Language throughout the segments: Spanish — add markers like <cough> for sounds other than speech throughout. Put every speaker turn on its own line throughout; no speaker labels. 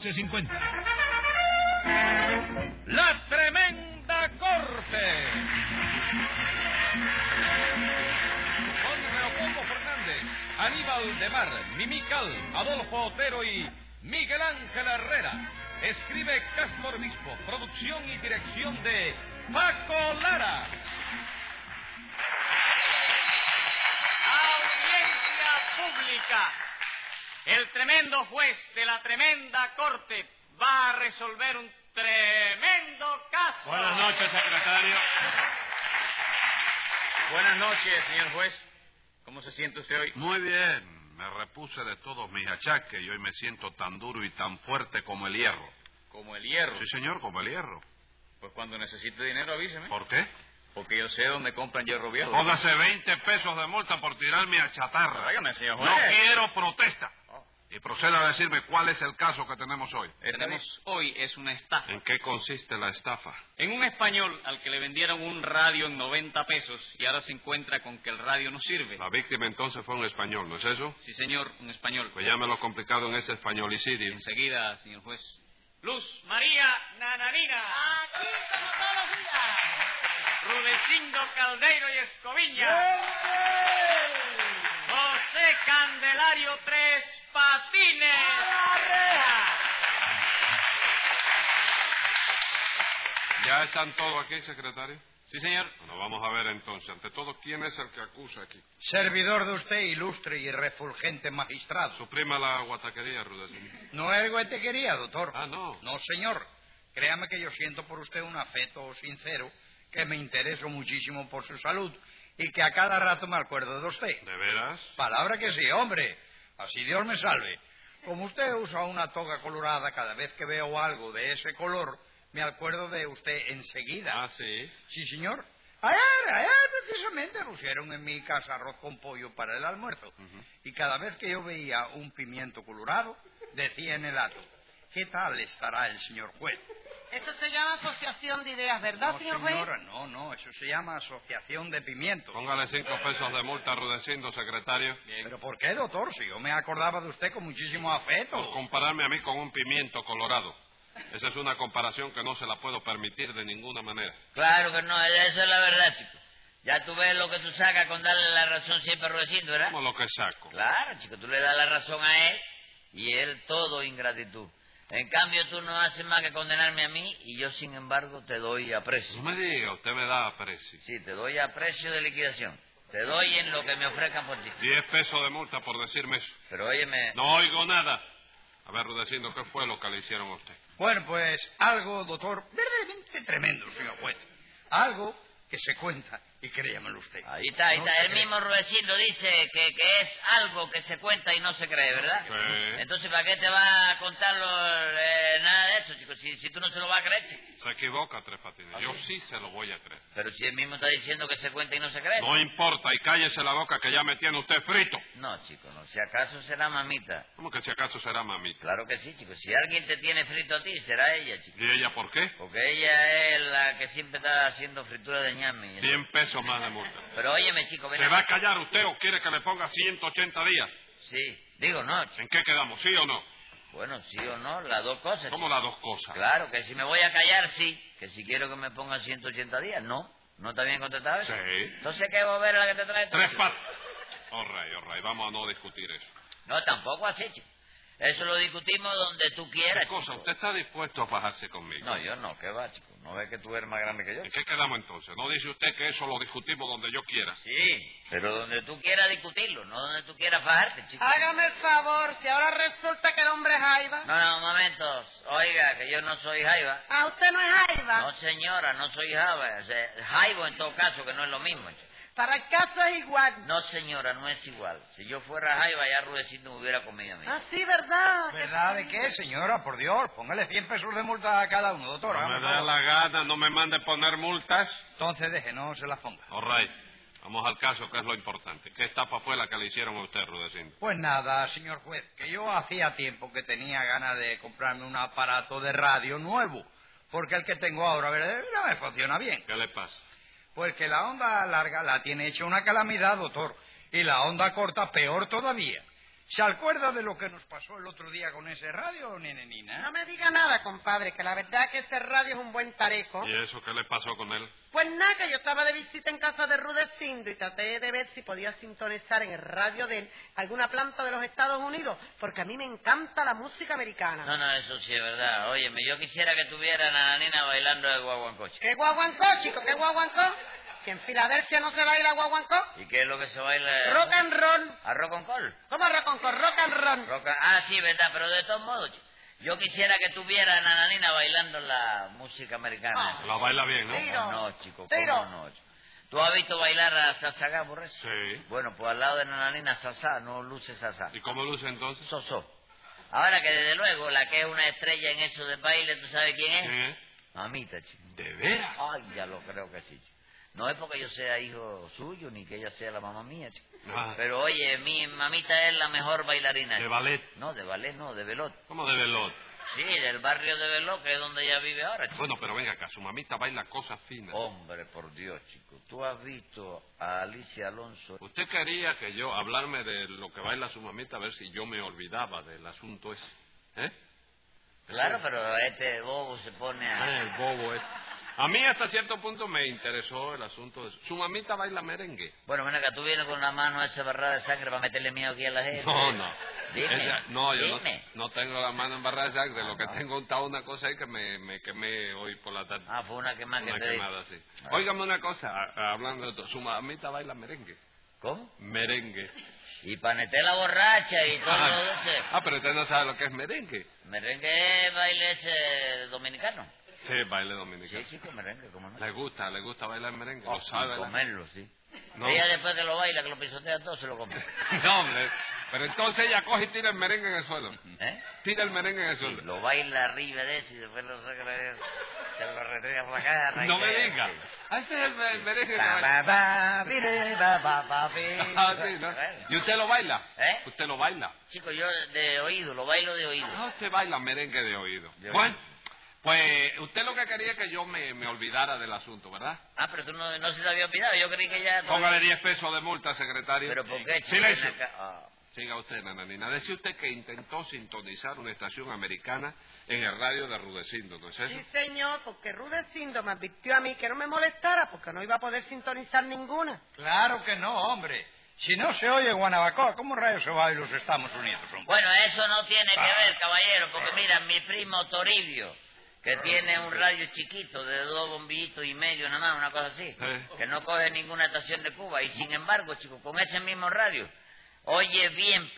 350.
La tremenda corte. Con Leopoldo Fernández, Aníbal de Mar, Mimical, Adolfo Otero y Miguel Ángel Herrera. Escribe Castro Obispo, producción y dirección de Paco Lara.
Audiencia pública. El tremendo juez de la tremenda corte va a resolver un tremendo caso.
Buenas noches, secretario.
Buenas noches, señor juez. ¿Cómo se siente usted hoy?
Muy bien. Me repuse de todos mis achaques y hoy me siento tan duro y tan fuerte como el hierro.
Como el hierro.
Sí, señor, como el hierro.
Pues cuando necesite dinero avíseme.
¿Por qué?
Porque yo sé dónde compran hierro viejo.
Póngase 20 pesos de multa por tirarme a chatarra.
Óigame, señor juez.
No quiero protesta. Y proceda a decirme cuál es el caso que tenemos hoy.
Eh, Tenemos hoy es una estafa.
¿En qué consiste la estafa?
En un español al que le vendieron un radio en 90 pesos y ahora se encuentra con que el radio no sirve.
La víctima entonces fue un español, ¿no es eso?
Sí, señor, un español.
Pues llámelo complicado en ese españolicidio.
Enseguida, señor juez. Luz María Nananina.
Aquí como todos los días.
Rudecindo Caldeiro y Escoviña. José Candelario Tres Patines.
¿Ya están todos aquí, secretario?
Sí, señor.
Bueno, vamos a ver entonces. Ante todo, ¿quién es el que acusa aquí?
Servidor de usted, ilustre y refulgente magistrado.
Suprima la guataquería, Rudecindo.
No es guetequería, doctor.
Ah, no.
No, señor. Créame que yo siento por usted un afecto sincero, que me intereso muchísimo por su salud y que a cada rato me acuerdo de usted.
¿De veras?
Palabra que sí, hombre. Así Dios me salve. Como usted usa una toga colorada, cada vez que veo algo de ese color, me acuerdo de usted enseguida.
Ah, sí.
Sí, señor. Ayer, ayer precisamente pusieron en mi casa arroz con pollo para el almuerzo. Y cada vez que yo veía un pimiento colorado, decía en el acto, ¿qué tal estará el señor juez?
Esto se llama asociación de ideas, ¿verdad,
no,
señor
señora, no, no, eso se llama asociación de pimientos.
Póngale cinco pesos de multa, Rudecindo, secretario.
¿Pero por qué, doctor? Si yo me acordaba de usted con muchísimo afecto.
Por compararme a mí con un pimiento colorado. Esa es una comparación que no se la puedo permitir de ninguna manera.
Claro que no, esa es la verdad, chico. Ya tú ves lo que tú sacas con darle la razón siempre a Rudecindo, ¿verdad?
¿Cómo lo que saco?
Claro, chico, tú le das la razón a él y él todo ingratitud. En cambio, tú no haces más que condenarme a mí y yo, sin embargo, te doy
No
aprecio.
me diga, usted me da aprecio.
Sí, te doy aprecio de liquidación. Te doy en lo que me ofrezcan por ti.
Diez pesos de multa por decirme eso.
Pero óyeme,
No oigo nada. A ver, Rudecindo, ¿qué fue lo que le hicieron a usted?
Bueno, pues algo, doctor, verdaderamente tremendo, señor juez. Algo que se cuenta, y créamelo usted.
ahí está, ahí
No
está.
se
El
cree.
mismo Rudecindo dice que, que es algo que se cuenta y no se cree, ¿verdad?
Sí.
Entonces, ¿para qué te va a contar lo- eh, nada de eso, chico? Si, si tú no se lo vas a creer, chico.
Se equivoca, Tres Patines. Yo sí se lo voy a creer.
Pero si él mismo está diciendo que se cuenta y no se cree.
No importa, y cállese la boca que ya me tiene usted frito.
No, chico, no. Si acaso será mamita.
¿Cómo que si acaso será mamita?
Claro que sí, chico. Si alguien te tiene frito a ti, será ella, chico.
¿Y ella por qué?
Porque ella es la que siempre está haciendo fritura de ñame. y eso.
Cien pesos más de multa.
Pero óyeme, chico, ven
¿Se va a
acá.
callar usted o quiere que le ponga 180 días?
Sí, digo no, chico.
¿En qué quedamos, sí o no?
Bueno, sí o no, las dos cosas,
¿Cómo
chico.
las dos cosas?
Claro, que si me voy a callar, sí. Que si quiero que me ponga 180 días, no. ¿No está bien contestado eso?
Sí.
Entonces, ¿qué bobera la que te trae? tú,
Tres Oh,
chico?
patas. Orray, orray, vamos a no discutir eso.
No, tampoco así, chico. Eso lo discutimos donde tú quieras,
¿Qué cosa?
chico.
¿Usted está dispuesto a bajarse conmigo?
No, yo no, ¿qué va, chico? ¿No ves que tú eres más grande que yo?
¿En qué quedamos entonces? ¿No dice usted que eso lo discutimos donde yo quiera?
Sí, pero donde tú quieras discutirlo, no donde tú quieras fajarte, chico.
Hágame el favor, si ahora resulta que el hombre es Jaiba.
No, no, momentos. Oiga, que yo no soy Jaiba.
Ah, usted no es Jaiba.
No, señora, no soy Jaiba. O sea, Jaibo en todo caso, que no es lo mismo. chico.
Para el caso es igual.
No, señora, no es igual. Si yo fuera Jaiba, ya Rudecindo me hubiera comido a mí.
Ah, sí, ¿verdad?
¿Verdad de qué, señora? Por Dios, póngale 100 pesos de multa a cada uno, doctor.
No me
Vamos,
da
vamos.
la gana, no me mande poner multas.
Entonces deje, no se la ponga.
Orray, Oh, vamos al caso, que es lo importante. ¿Qué estafa fue la que le hicieron a usted, Rudecindo?
Pues nada, señor juez, que yo hacía tiempo que tenía ganas de comprarme un aparato de radio nuevo, porque el que tengo ahora, ¿verdad? No me funciona bien.
¿Qué le pasa?
Pues que la onda larga la tiene hecha una calamidad, doctor, y la onda corta peor todavía. ¿Se acuerda de lo que nos pasó el otro día con ese radio, nenenina?
No me diga nada, compadre, que la verdad es que ese radio es un buen tareco.
¿Y eso qué le pasó con él?
Pues nada, que yo estaba de visita en casa de Rudecindo y traté de ver si podía sintonizar en el radio de él alguna planta de los Estados Unidos, porque a mí me encanta la música americana.
No, no, eso sí es verdad. Óyeme, yo quisiera que tuvieran a la nena bailando el guaguancoche.
¿Qué guaguancó, chico? ¿Qué guaguancó? Si en Filadelfia no se baila guaguancó,
¿Y qué es lo que se baila?
rock and roll.
¿Arroz con col?
¿Cómo rock and roll? Rock and roll.
Rock and- Ah, sí, verdad, pero de todos modos, ch- yo quisiera que tuvieran a la nena bailando la música americana.
La baila bien, ¿no?
Sí. Tiro.
¿Cómo no, chico,
Tiro.
¿cómo no? chico? ¿Tú has visto bailar a Salsa Gá, Borrés?
Sí.
Bueno, pues al lado de Nananina Sasá no luce Sasá.
¿Y cómo luce entonces?
Sosó. Ahora que desde luego la que es una estrella en eso de baile, ¿tú sabes quién es?
¿Eh?
Mamita, chico.
¿De veras?
Ay, ya lo creo que sí. chico. No es porque yo sea hijo suyo ni que ella sea la mamá mía, chico.
Ah.
Pero oye, mi mamita es la mejor bailarina.
¿De
chico.
ballet?
No, de ballet no, de velot.
¿Cómo de velot?
Sí, del barrio de Velot, que es donde ella vive ahora, chico.
Bueno, pero venga acá, su mamita baila cosas finas.
Hombre, por Dios, chico. Tú has visto a Alicia Alonso.
Usted quería que yo hablarme de lo que baila su mamita, a ver si yo me olvidaba del asunto ese. ¿Eh?
Claro, pero este bobo se pone
Ah,
a...
el bobo este. A mí hasta cierto punto me interesó el asunto de su, ¿Su mamita baila merengue.
Bueno, ven acá, tú vienes con la mano esa barrada de sangre para meterle miedo aquí a la gente.
No, no.
Dime,
Esa- no, yo no-
dime.
No, tengo la mano embarrada de sangre.
Ah,
lo que
no.
tengo untado una cosa ahí que me, me quemé hoy por la tarde.
Ah, fue una quemada
una
que te di.
quemada, sí.
Ah.
Óigame una cosa, a- hablando de esto. Su mamita baila merengue.
¿Cómo?
Merengue.
Y paneté la borracha y todo lo de ese.
Ah, pero usted no sabe lo que es merengue.
Merengue es baile ese dominicano.
Sí, baile dominicano.
Sí, chico, merengue, ¿cómo no?
Le gusta, le gusta bailar merengue.
Ah,
lo sabe.
y
bailar.
comerlo, sí.
No.
Ella después que lo baila, que lo pisotea todo, se
<laughs>
lo come.
No, hombre. Pero entonces ella coge y tira el merengue en el suelo.
¿Eh?
Tira el merengue en el
Sí,
suelo.
lo baila arriba de eso y después lo saca de eso. Se lo retrega por la cara. y
No me
le-
diga. Ah, ese es el me- merengue. que
Ba,
baila.
ba, ba, bire, ba, ba, ba, bi.
<laughs> Ah, sí, ¿no?
Bueno,
¿Y usted lo baila?
¿Eh?
¿Usted lo baila?
Chico, yo de oído, lo bailo de oído.
Ah, usted baila merengue de oído.
De
Bueno,
oído.
pues usted lo que quería es que yo me, me olvidara del asunto, ¿verdad?
Ah, pero tú no, no se te había olvidado. Yo creí que ya...
Póngale 10 pesos de multa, secretario.
Pero ¿por qué, chico?
Silencio.
Ven acá. Ah.
Siga usted, nananina. Decía usted que intentó sintonizar una estación americana en el radio de Rudecindo, ¿no es eso?
Sí, señor, porque Rudecindo me advirtió a mí que no me molestara porque no iba a poder sintonizar ninguna.
Claro que no, hombre. Si no se oye Guanabacoa, ¿cómo rayos se va a ir los Estados Unidos, hombre?
Bueno, eso no tiene que
Ah.
ver, caballero, porque
Ah.
mira, mi primo Toribio, que tiene un radio chiquito de dos bombillitos y medio nada más, una cosa así,
Eh.
que no coge ninguna estación de Cuba, y sin embargo, chicos, con ese mismo radio, oye bien,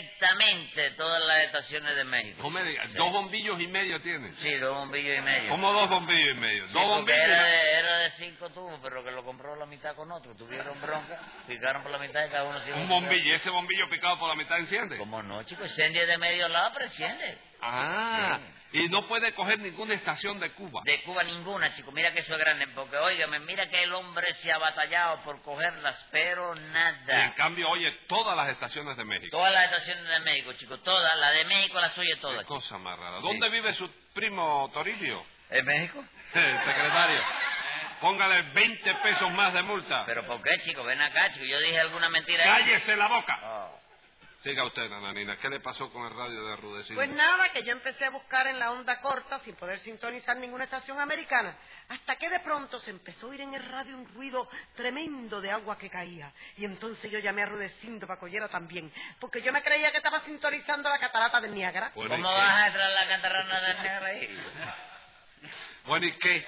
perfectamente todas las estaciones de México.
No me diga,
Sí.
dos bombillos y medio tiene.
Sí, dos bombillos y medio.
¿Cómo dos bombillos y medio?
Sí,
dos
porque
bombillos. y-
era de, era de cinco tubos, pero que lo compró la mitad con otro. Tuvieron bronca, picaron por la mitad y cada uno se iba
Un
a su casa.
bombillo, ese bombillo picado por la mitad enciende.
¿Cómo no, chicos? Enciende de medio lado, pero enciende.
Ah, y no puede coger ninguna estación de Cuba.
De Cuba ninguna, chico. Mira que eso es grande, porque óigame, mira que el hombre se ha batallado por cogerlas, pero
Y en
nada.
cambio oye todas las estaciones de México.
Todas las estaciones de México, chico, todas, la de México las oye
Qué
todas. chico.
cosa más rara. ¿Dónde vive su primo Toribio? <laughs>
¿En México?
Eh, Secretario, póngale 20 pesos más de multa.
Pero ¿por qué, chico? Ven acá, chico, yo dije alguna mentira. ahí.
¡Cállese la boca!
Oh.
Siga usted, Nananina. ¿Qué le pasó con el radio de Rudecindo?
Pues nada, que yo empecé a buscar en la onda corta sin poder sintonizar ninguna estación americana, hasta que de pronto se empezó a oír en el radio un ruido tremendo de agua que caía. Y entonces yo llamé a Rudecindo para que oyera también, porque yo me creía que estaba sintonizando la catarata del Niágara.
Bueno, ¿y
¿Cómo
qué?
vas a entrar la cantarrana del negro ahí?
Bueno, ¿y qué?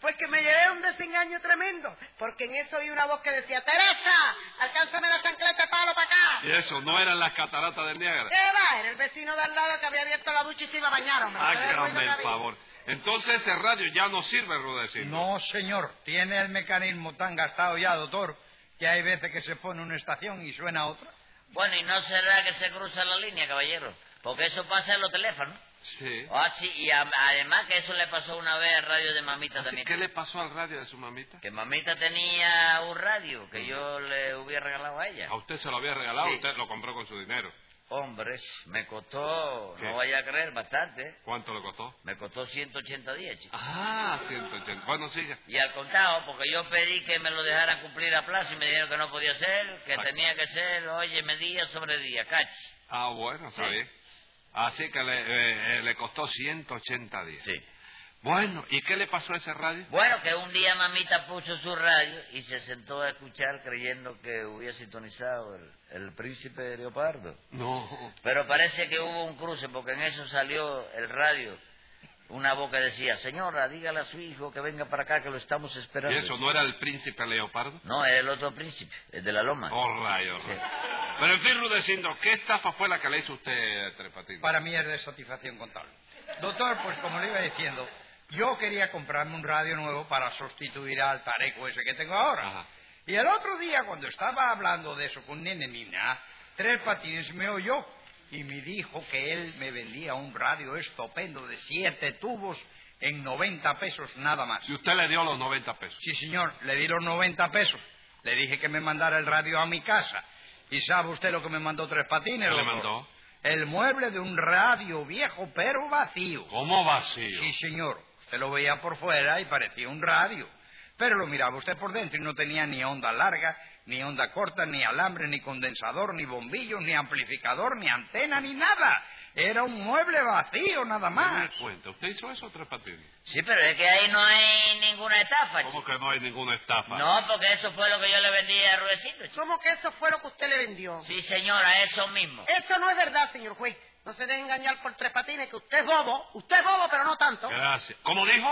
Pues que me llevé un desengaño tremendo, porque en eso oí una voz que decía, Teresa, alcánzame la chancleta de palo para acá.
¿Y eso? ¿No eran las cataratas del
¿Qué
Niágara?
va? Era el vecino de al lado que había abierto la ducha y se iba a bañar, hombre. Era el ruido
Hágame
que
Ah, el
había.
favor. Entonces ese radio ya no sirve, Rudecindo.
No, señor. Tiene el mecanismo tan gastado ya, doctor, que hay veces que se pone una estación y suena otra.
Bueno, ¿y no será que se cruza la línea, caballero? Porque eso pasa en los teléfonos.
Sí.
Ah, sí, y a- además que eso le pasó una vez al radio de mamita
Así,
también.
Ah, ¿Qué le pasó al radio de su mamita?
Que mamita tenía un radio que yo le hubiera regalado a ella.
A usted se lo había regalado,
Sí.
usted lo compró con su dinero.
Hombres, me costó,
¿Qué?
no vaya a creer, bastante. ¿eh?
¿Cuánto le costó?
Me costó 180 días, chico.
Ah, 180. Bueno, siga.
Y al contado, porque yo pedí que me lo dejaran cumplir a plazo y me dijeron que no podía ser, que
Ah.
tenía que ser, oye, me día sobre día, cachi.
Ah, bueno, está
Sí.
bien. Así que le, eh, eh, le costó 180 días.
Sí.
Bueno, ¿y qué le pasó a ese radio?
Bueno, que un día mamita puso su radio y se sentó a escuchar creyendo que hubiera sintonizado el, el príncipe Leopardo.
No.
Pero parece que hubo un cruce porque en eso salió el radio. Una voz que decía, señora, dígale a su hijo que venga para acá que lo estamos
¿Y
esperando.
eso no era el príncipe Leopardo?
No, era el otro príncipe, el de la loma.
Oh, rayos.
Sí.
Pero en fin, Rudecindo, ¿qué estafa fue la que le hizo usted, Tres Patines?
Para mí es de satisfacción contable. Doctor, pues como le iba diciendo, yo quería comprarme un radio nuevo para sustituir al tareco ese que tengo ahora.
Ajá.
Y el otro día, cuando estaba hablando de eso con Nene Nina, Tres Patines me oyó y me dijo que él me vendía un radio estupendo de siete tubos en 90 pesos nada más.
Si usted le dio los 90 pesos.
Sí, señor, le di los 90 pesos. Le dije que me mandara el radio a mi casa. ¿Y sabe usted lo que me mandó Tres Patines?
¿Qué le
doctor?
mandó?
El mueble de un radio viejo, pero vacío.
¿Cómo vacío?
Sí, señor. Usted lo veía por fuera y parecía un radio. Pero lo miraba usted por dentro y no tenía ni onda larga, ni onda corta, ni alambre, ni condensador, ni bombillo, ni amplificador, ni antena, ni nada. Era un mueble vacío, nada más.
me cuenta? ¿Usted hizo eso, Tres Patines?
Sí, pero es que ahí no hay ninguna estafa,
¿Cómo
chico.
que no hay ninguna estafa?
No, porque eso fue lo que yo le vendí a Ruedecito, chico.
¿Cómo que eso fue lo que usted le vendió?
Sí, señora, eso mismo.
Eso no es verdad, señor juez. No se deje engañar por tres patines, que usted es bobo. Usted es bobo, pero no tanto.
Gracias. ¿Cómo dijo?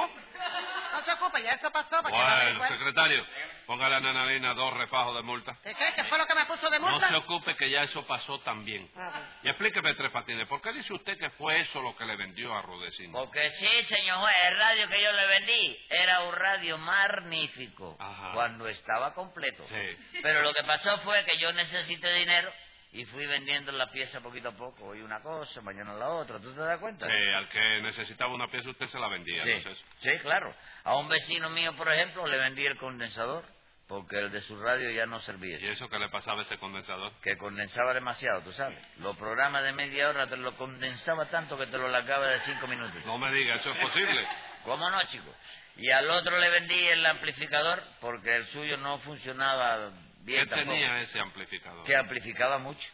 No se ocupe, ya eso pasó. ¿Para que pues. lo
Bueno,
averigüe?
secretario, póngale a Nanalina dos refajos de multa.
¿Te crees que fue lo que me puso de
No
multa?
se ocupe que ya eso pasó también.
Ah, bueno.
Y explíqueme, Tres Patines, ¿por qué dice usted que fue eso lo que le vendió a Rudecindo?
Porque sí, señor juez, el radio que yo le vendí era un radio magnífico
Ajá.
cuando estaba completo.
Sí.
Pero lo que pasó fue que yo necesité dinero y fui vendiendo la pieza poquito a poco. Hoy una cosa, mañana la otra. ¿Tú te das cuenta?
Sí, al que necesitaba una pieza usted se la vendía,
Sí,
¿no es eso?
sí, claro. A un vecino mío, por ejemplo, le vendí el condensador porque el de su radio ya no servía.
¿Y eso que le pasaba a ese condensador?
Que condensaba demasiado, tú sabes. Los programas de media hora te lo condensaba tanto que te lo largaba de cinco minutos.
No me diga, ¿eso es posible?
¿Cómo no, chico? Y al otro le vendí el amplificador porque el suyo no funcionaba <laughs> bien
¿Qué
tampoco.
tenía ese amplificador?
Que amplificaba mucho.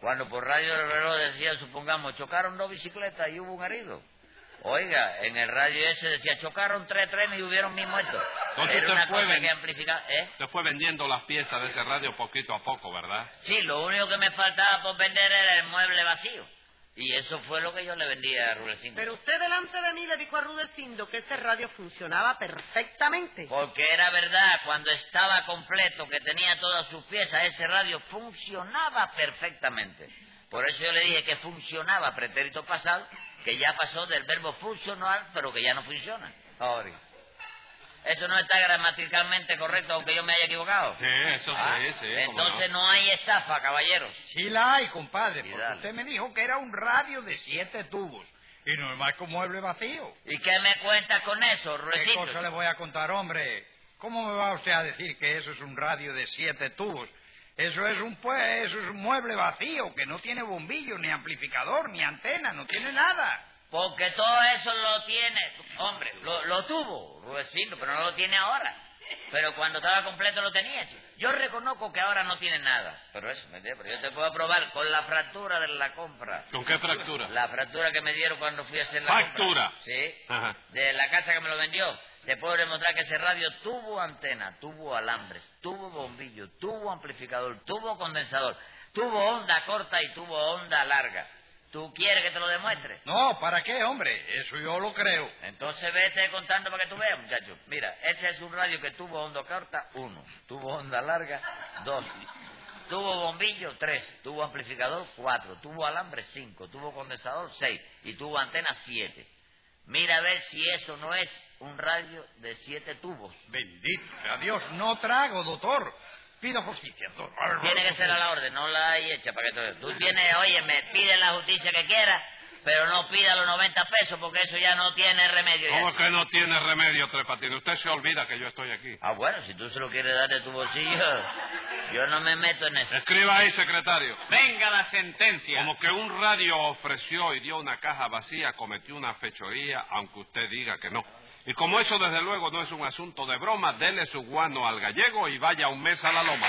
Cuando por radio el reloj decía, supongamos, chocaron dos bicicletas y hubo un herido. Oiga, en el radio ese decía, chocaron tres trenes y hubieron mil muertos.
Entonces
Era
usted
una
fue
cosa
ven-
que amplificaba, ¿eh?
Usted fue vendiendo las piezas de ese radio poquito a poco, ¿verdad?
Sí, lo único que me faltaba por vender era el mueble vacío. Y eso fue lo que yo le vendí a Rulecín.
Pero usted delante de mí le dijo a Rudecindo que ese radio funcionaba perfectamente.
Porque era verdad, cuando estaba completo, que tenía todas sus piezas, ese radio funcionaba perfectamente. Por eso yo le dije que funcionaba pretérito pasado, que ya pasó del verbo funcionar, pero que ya no funciona. Ahora. Eso no está gramaticalmente correcto, aunque yo me haya equivocado.
Sí, eso
Ah,
sí, sí. cómo
Entonces no hay estafa, caballeros.
Sí la hay, compadre,
Y
porque
dale.
usted me dijo que era un radio de siete tubos y no es más que un mueble vacío.
¿Y qué me cuentas con eso,
¿Qué
Ruecito?
cosa le voy a contar, hombre? ¿Cómo me va usted a decir que eso es un radio de siete tubos? Eso es un pues, eso es un mueble vacío que no tiene bombillo, ni amplificador, ni antena, no tiene nada.
Porque todo eso lo tiene, hombre, lo, lo tuvo, Rudecindo, pero no lo tiene ahora. Pero cuando estaba completo lo tenía. chico. Yo reconozco que ahora no tiene nada. Pero eso, ¿me entiendes? Pero yo te puedo probar con la fractura de la compra.
no. ¿Con qué fractura?
La fractura que me dieron cuando fui a hacer la
Factura.
compra. Sí.
Ajá.
De la casa que me lo vendió. Te puedo demostrar que ese radio tuvo antena, tuvo alambres, tuvo bombillo, tuvo amplificador, tuvo condensador, tuvo onda corta y tuvo onda larga. ¿Tú quieres que te lo demuestre?
No, ¿para qué, hombre? Eso yo lo creo.
Entonces vete contando para que tú veas, muchacho. Mira, ese es un radio que tuvo onda corta, uno. Tuvo onda larga, dos. Tuvo bombillo, tres. Tuvo amplificador, cuatro. Tuvo alambre, cinco. Tuvo condensador, seis. Y tuvo antena, siete. Mira a ver si eso no es un radio de siete tubos.
Bendito sea Dios, no trago, doctor. Pido justicia, doctor.
Tiene que ser a la orden, no la hay hecha para que tú... Tú tienes, oye, me pide la justicia que quiera, pero no pida los 90 pesos porque eso ya no tiene remedio. ya.
¿Cómo que no tiene remedio, Tres Patines? Usted se olvida que yo estoy aquí.
Ah, bueno, si tú se lo quieres dar de tu bolsillo, yo no me meto en eso.
Escriba ahí, secretario.
Venga la sentencia.
Como que un radio ofreció y dio una caja vacía, cometió una fechoría, aunque usted diga que no. Y como eso, desde luego, no es un asunto de broma, dele su guano al gallego y vaya un mes a la loma.